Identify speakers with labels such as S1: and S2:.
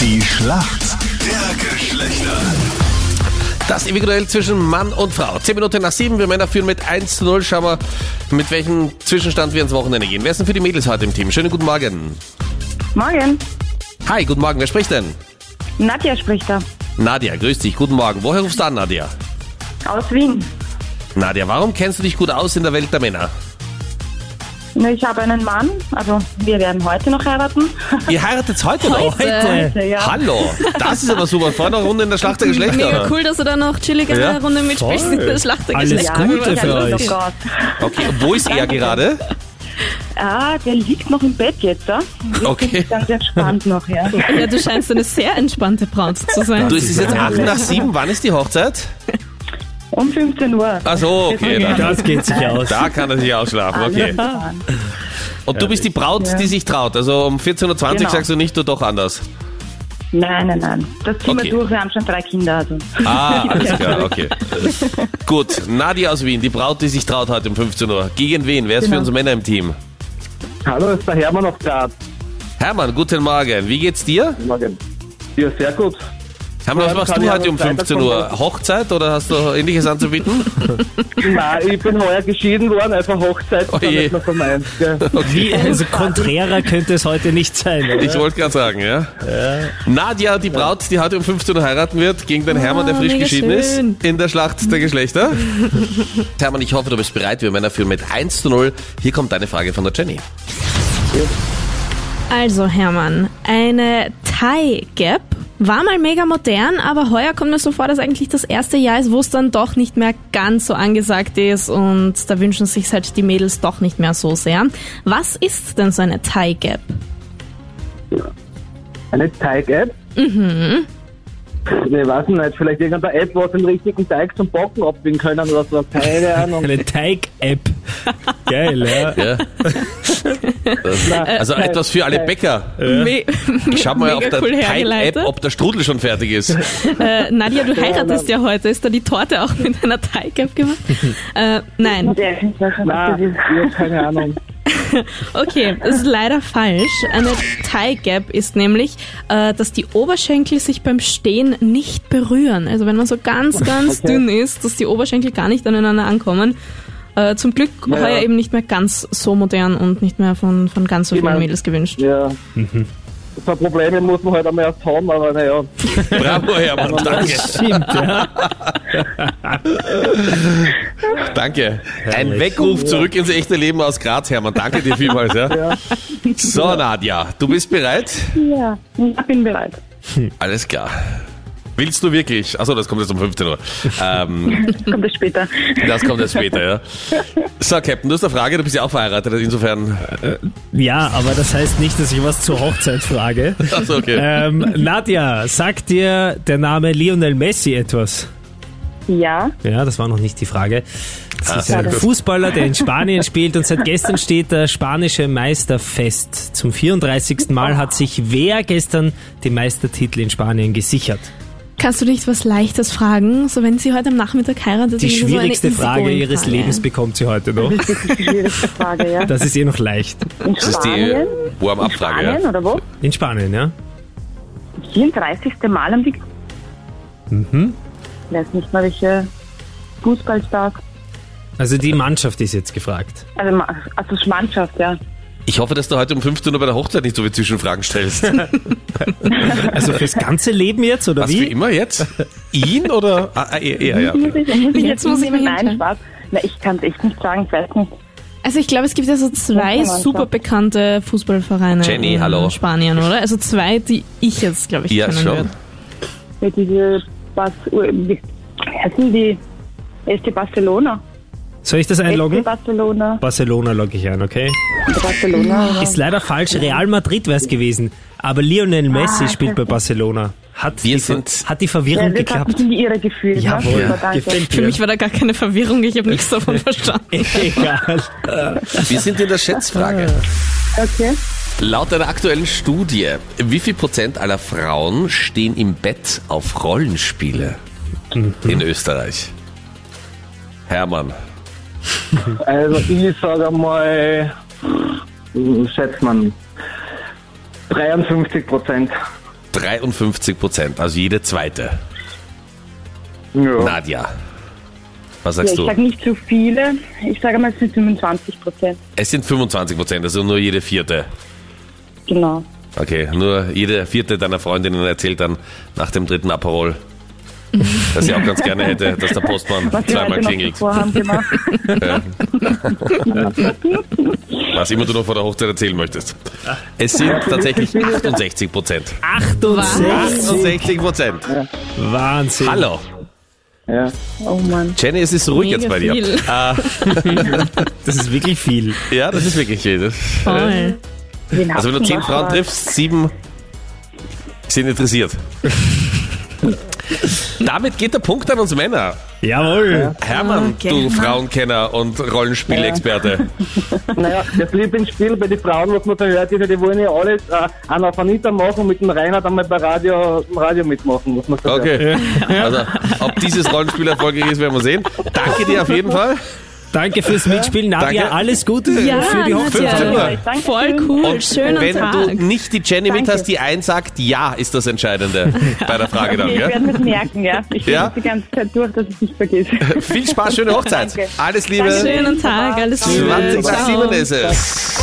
S1: Die Schlacht der Geschlechter.
S2: Das ewige Duell zwischen Mann und Frau. Zehn Minuten nach sieben. Wir Männer führen mit 1 zu 0. Schauen wir, mit welchem Zwischenstand wir ins Wochenende gehen. Wer ist denn für die Mädels heute im Team? Schönen guten Morgen.
S3: Morgen.
S2: Hi, guten Morgen. Wer spricht denn?
S3: Nadja spricht da.
S2: Nadja, grüß dich. Guten Morgen. Woher rufst du an, Nadja?
S3: Aus Wien.
S2: Nadja, warum kennst du dich gut aus in der Welt der Männer?
S3: Ne, Ich habe einen Mann, also wir werden heute noch heiraten.
S2: Ihr heiratet heute, noch?
S4: Äh,
S3: Heute, ja.
S2: Hallo. Das ist aber super. Vor einer Runde in der Schlacht der
S4: Mega
S2: Geschlechter.
S4: cool, dass du da noch chillig eine
S2: Ja.
S4: Runde mitsprichst in der
S5: Alles
S4: Schlachtergeschlecht.
S5: Ja, Gute
S3: ich
S5: für
S3: hab Lust
S5: euch.
S3: auf Gott.
S2: Okay, und wo ist er gerade?
S3: Ah, der liegt noch im Bett jetzt, da.
S2: Okay.
S3: Ganz entspannt noch, ja.
S4: Ja, du scheinst eine sehr entspannte Braut zu sein.
S2: Du, es ist jetzt acht nach sieben. Wann ist die Hochzeit?
S3: Um 15 Uhr.
S2: Ach so, okay. Da,
S5: Das geht sich aus.
S2: da kann er sich ausschlafen.
S3: Alles
S2: Ah, Okay.
S3: getan.
S2: Und du bist die Braut, die sich traut. Also um 14.20 Uhr
S3: Genau.
S2: sagst du nicht, du doch anders.
S3: Nein, nein, nein. Das ziehen
S2: Okay.
S3: wir durch, wir haben schon drei Kinder. Also.
S2: Ah, alles klar, okay. Gut, Nadia aus Wien, die Braut, die sich traut heute um 15 Uhr. Gegen wen? Wer ist für
S3: Genau.
S2: uns Männer im Team?
S6: Hallo, ist der Hermann auf Graz.
S2: Hermann, guten Morgen. Wie geht's dir?
S6: Morgen. Ja, sehr gut.
S2: Hermann, was
S6: Ja,
S2: machst
S6: kann
S2: du
S6: ich
S2: heute
S6: am
S2: um
S6: Freitag
S2: 15 Uhr? Hochzeit oder hast du ähnliches anzubieten?
S6: Nein, ich bin heuer geschieden worden, einfach Hochzeit.
S2: Oh je.
S6: damit man so meint, gell.
S5: Wie, also konträrer könnte es heute nicht sein. Oder?
S2: Ich wollte gerade sagen, ja. Nadia, die Braut, die heute um 15 Uhr heiraten wird, gegen den Hermann, der frisch
S4: Ah, mega
S2: geschieden
S4: schön.
S2: ist, in der Schlacht der Geschlechter. Hermann, ich hoffe, du bist bereit. Wir Männer führen mit 1 zu 0. Hier kommt deine Frage von der Jenny.
S4: Also Hermann, eine Thai Gap war mal mega modern, aber heuer kommt mir so vor, dass eigentlich das erste Jahr ist, wo es dann doch nicht mehr ganz so angesagt ist und da wünschen sich halt die Mädels doch nicht mehr so sehr. Was ist denn so eine Thai Gap?
S6: Eine Teig-App? Mhm. Ich weiß nicht, vielleicht irgendeine App, wo sie den richtigen Teig zum Bocken abbiegen können oder so Teile an. Und
S5: Eine Teig-App. Geil, ja.
S2: Ja. Das, also etwas für alle Bäcker.
S4: Me
S2: Ich schau mal
S4: mega
S2: auf der
S4: cool
S2: Teig-App,
S4: hergeleitet.
S2: ob der Strudel schon fertig ist.
S4: Äh, Nadja, du heiratest ja heute. Ist da die Torte auch mit einer Teig Gap gemacht? Äh, nein.
S3: Der ist ja schon
S6: Nein, ich hab keine Ahnung.
S4: Okay, das ist leider falsch. Eine Thigh Gap ist nämlich, äh, dass die Oberschenkel sich beim Stehen nicht berühren. Also wenn man so ganz, ganz dünn ist, dass die Oberschenkel gar nicht aneinander ankommen. Äh, zum Glück
S6: Ja.
S4: heuer eben nicht mehr ganz so modern und nicht mehr von, von ganz so
S6: Ich
S4: vielen
S6: mein-
S4: Mädels gewünscht.
S6: Ja. So Probleme muss man halt einmal erst haben, aber naja.
S2: Bravo, Hermann, danke.
S5: Stimmt, ja.
S2: Danke. Ein Weckruf zurück ins echte Leben aus Graz, Hermann. Danke dir vielmals. Ja. So, Nadja, du bist bereit?
S3: Ja, ich bin bereit.
S2: Alles klar. Willst du wirklich? Achso, das kommt jetzt um 15 Uhr. Ähm,
S3: Kommt das später.
S2: das kommt jetzt später, ja. So, Captain, du hast eine Frage, du bist ja auch verheiratet, insofern.
S5: Ja, aber das heißt nicht, dass ich was zur Hochzeit frage.
S2: Achso, okay.
S5: Ähm, Nadja, sagt dir der Name Lionel Messi etwas?
S3: Ja,
S5: Ja, das war noch nicht die Frage. Das
S4: Ah,
S5: ist ja
S2: sehr
S5: ein
S2: gut.
S5: Fußballer, der in Spanien spielt und seit gestern steht der spanische Meister fest. Zum 34. Mal hat sich wer gestern den Meistertitel in Spanien gesichert?
S4: Kannst du nicht was Leichtes fragen? So wenn sie heute am Nachmittag heiratet,
S5: Die
S4: irgendwie so eine
S5: schwierigste Frage
S4: Easygoing-Frage.
S5: ihres Lebens bekommt sie heute noch.
S3: das ist die schwierigste Frage, ja.
S5: Das ist eh noch leicht.
S3: In
S2: Das ist die
S3: Spanien?
S2: Warm-up-Frage,
S3: Spanien
S2: ja.
S3: oder wo?
S5: In Spanien, ja?
S3: 34. Mal am Dick. Mhm. Weiß nicht mal, welche Fußballstar.
S5: Also die Mannschaft ist jetzt gefragt.
S3: Also, Ma- also Mannschaft, ja.
S2: Ich hoffe, dass du heute um 15 Uhr bei der Hochzeit nicht so viele Zwischenfragen stellst.
S5: Also fürs ganze Leben jetzt, oder
S2: Was, wie
S5: wie?
S2: immer jetzt? Ihn oder? Ah, ah, er, er, ja.
S3: Muss ich, muss ich jetzt
S4: muss ich
S3: nehmen?
S4: mich
S3: Nein, Spaß. Na, ich kann es echt nicht sagen, ich weiß nicht.
S4: Also ich glaube, es gibt ja so zwei
S3: Fußballmannschaft.
S4: super bekannte Fußballvereine
S2: Jenny,
S4: in
S2: hallo.
S4: Spanien, oder? Also zwei, die ich jetzt, glaube ich,
S2: Ja,
S4: kennen
S2: schon.
S4: würde.
S3: Mit diese Bas wie heißen die FC Barcelona.
S5: Soll ich das
S3: FC
S5: einloggen?
S3: Barcelona.
S5: Barcelona logge ich ein, okay?
S3: Barcelona.
S5: Ist leider falsch. Real Madrid wäre es gewesen. Aber Lionel Messi spielt bei Barcelona. Hat,
S2: Wir
S5: die,
S2: sind-
S5: hat die Verwirrung
S3: Ah, Ja, wir
S5: geklappt?
S3: hatten die ihre Gefühle.
S5: Jawohl,
S3: ne? Super, danke.
S5: gefällt
S4: Für
S5: mir.
S4: mich war da gar keine Verwirrung, ich habe nichts davon verstanden.
S5: Egal.
S2: Wir sind in der Schätzfrage.
S3: Okay.
S2: Laut einer aktuellen Studie, wie viel Prozent aller Frauen stehen im Bett auf Rollenspiele in Österreich? Hermann.
S6: Also ich sage einmal, hm, schätzt man, 53 Prozent.
S2: 53 Prozent, also jede zweite.
S6: Ja.
S2: Nadja, was
S3: Ja,
S2: sagst
S3: ich
S2: du?
S3: sage nicht zu viele. Ich sage mal, es sind 25 Prozent.
S2: es sind 25 Prozent, also nur jede vierte.
S3: Genau.
S2: Okay, nur jede vierte deiner Freundinnen erzählt dann nach dem dritten Aperol, dass sie auch ganz gerne hätte, dass der Postmann
S3: Was wir
S2: zweimal
S3: heute noch
S2: klingelt.
S3: zuvor haben gemacht.
S2: Was immer du noch vor der Hochzeit erzählen möchtest. Es sind tatsächlich 68 Prozent. 68 Prozent.
S5: Wahnsinn.
S2: Hallo.
S6: ja.
S3: Oh Mann.
S2: Jenny, es ist ruhig jetzt bei dir.
S4: Mega viel.
S5: Das ist wirklich viel.
S2: Ja, das ist wirklich jedes.
S4: Voll.
S3: Wen
S2: Also wenn du
S3: hast
S2: zehn
S3: noch?
S2: Frauen triffst, sieben sind interessiert. Damit geht der Punkt an uns Männer.
S5: Jawohl.
S2: Hermann,
S4: Okay.
S2: du Frauenkenner und Rollenspielexperte.
S6: Naja, das Lieblingsspiel bei den Frauen, was man da hört, ist ja, die wollen ja alles äh, an auf Anita machen und mit dem Reinhard einmal bei Radio, im Radio mitmachen, muss man so sagen.
S2: Okay. Also, ob dieses Rollenspiel erfolgreich ist, werden wir sehen. Danke dir auf jeden Fall.
S5: Danke fürs Mitspielen, Nadja.
S2: Danke.
S5: Alles Gute
S4: Ja,
S5: für die
S4: Nadja.
S5: Hochzeit.
S2: 15 Uhr.
S3: Danke.
S4: Voll cool, schönen
S2: wenn
S4: Tag.
S2: du nicht die Jenny mit
S3: Danke.
S2: hast, die eins sagt, ja, ist das Entscheidende bei der Frage dann.
S3: Okay,
S2: Genau,
S3: ich
S2: Gell?
S3: werde es merken, ja. Ich
S2: Ja.
S3: ja. das die ganze Zeit durch, dass ich es nicht vergesse.
S2: Viel Spaß, schöne Hochzeit.
S3: Danke.
S2: Alles Liebe.
S3: Danke.
S4: Schönen Tag, alles Liebe.
S2: 20 nach
S4: Ciao.
S2: 7 ist es.